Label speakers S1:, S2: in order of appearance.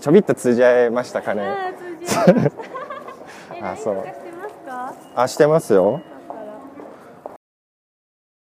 S1: ちょびっと通じ合いましたかね
S2: ああ通じ合いましたえ
S1: あ
S2: 何
S1: そう
S2: とかしてますか
S1: あしてますよ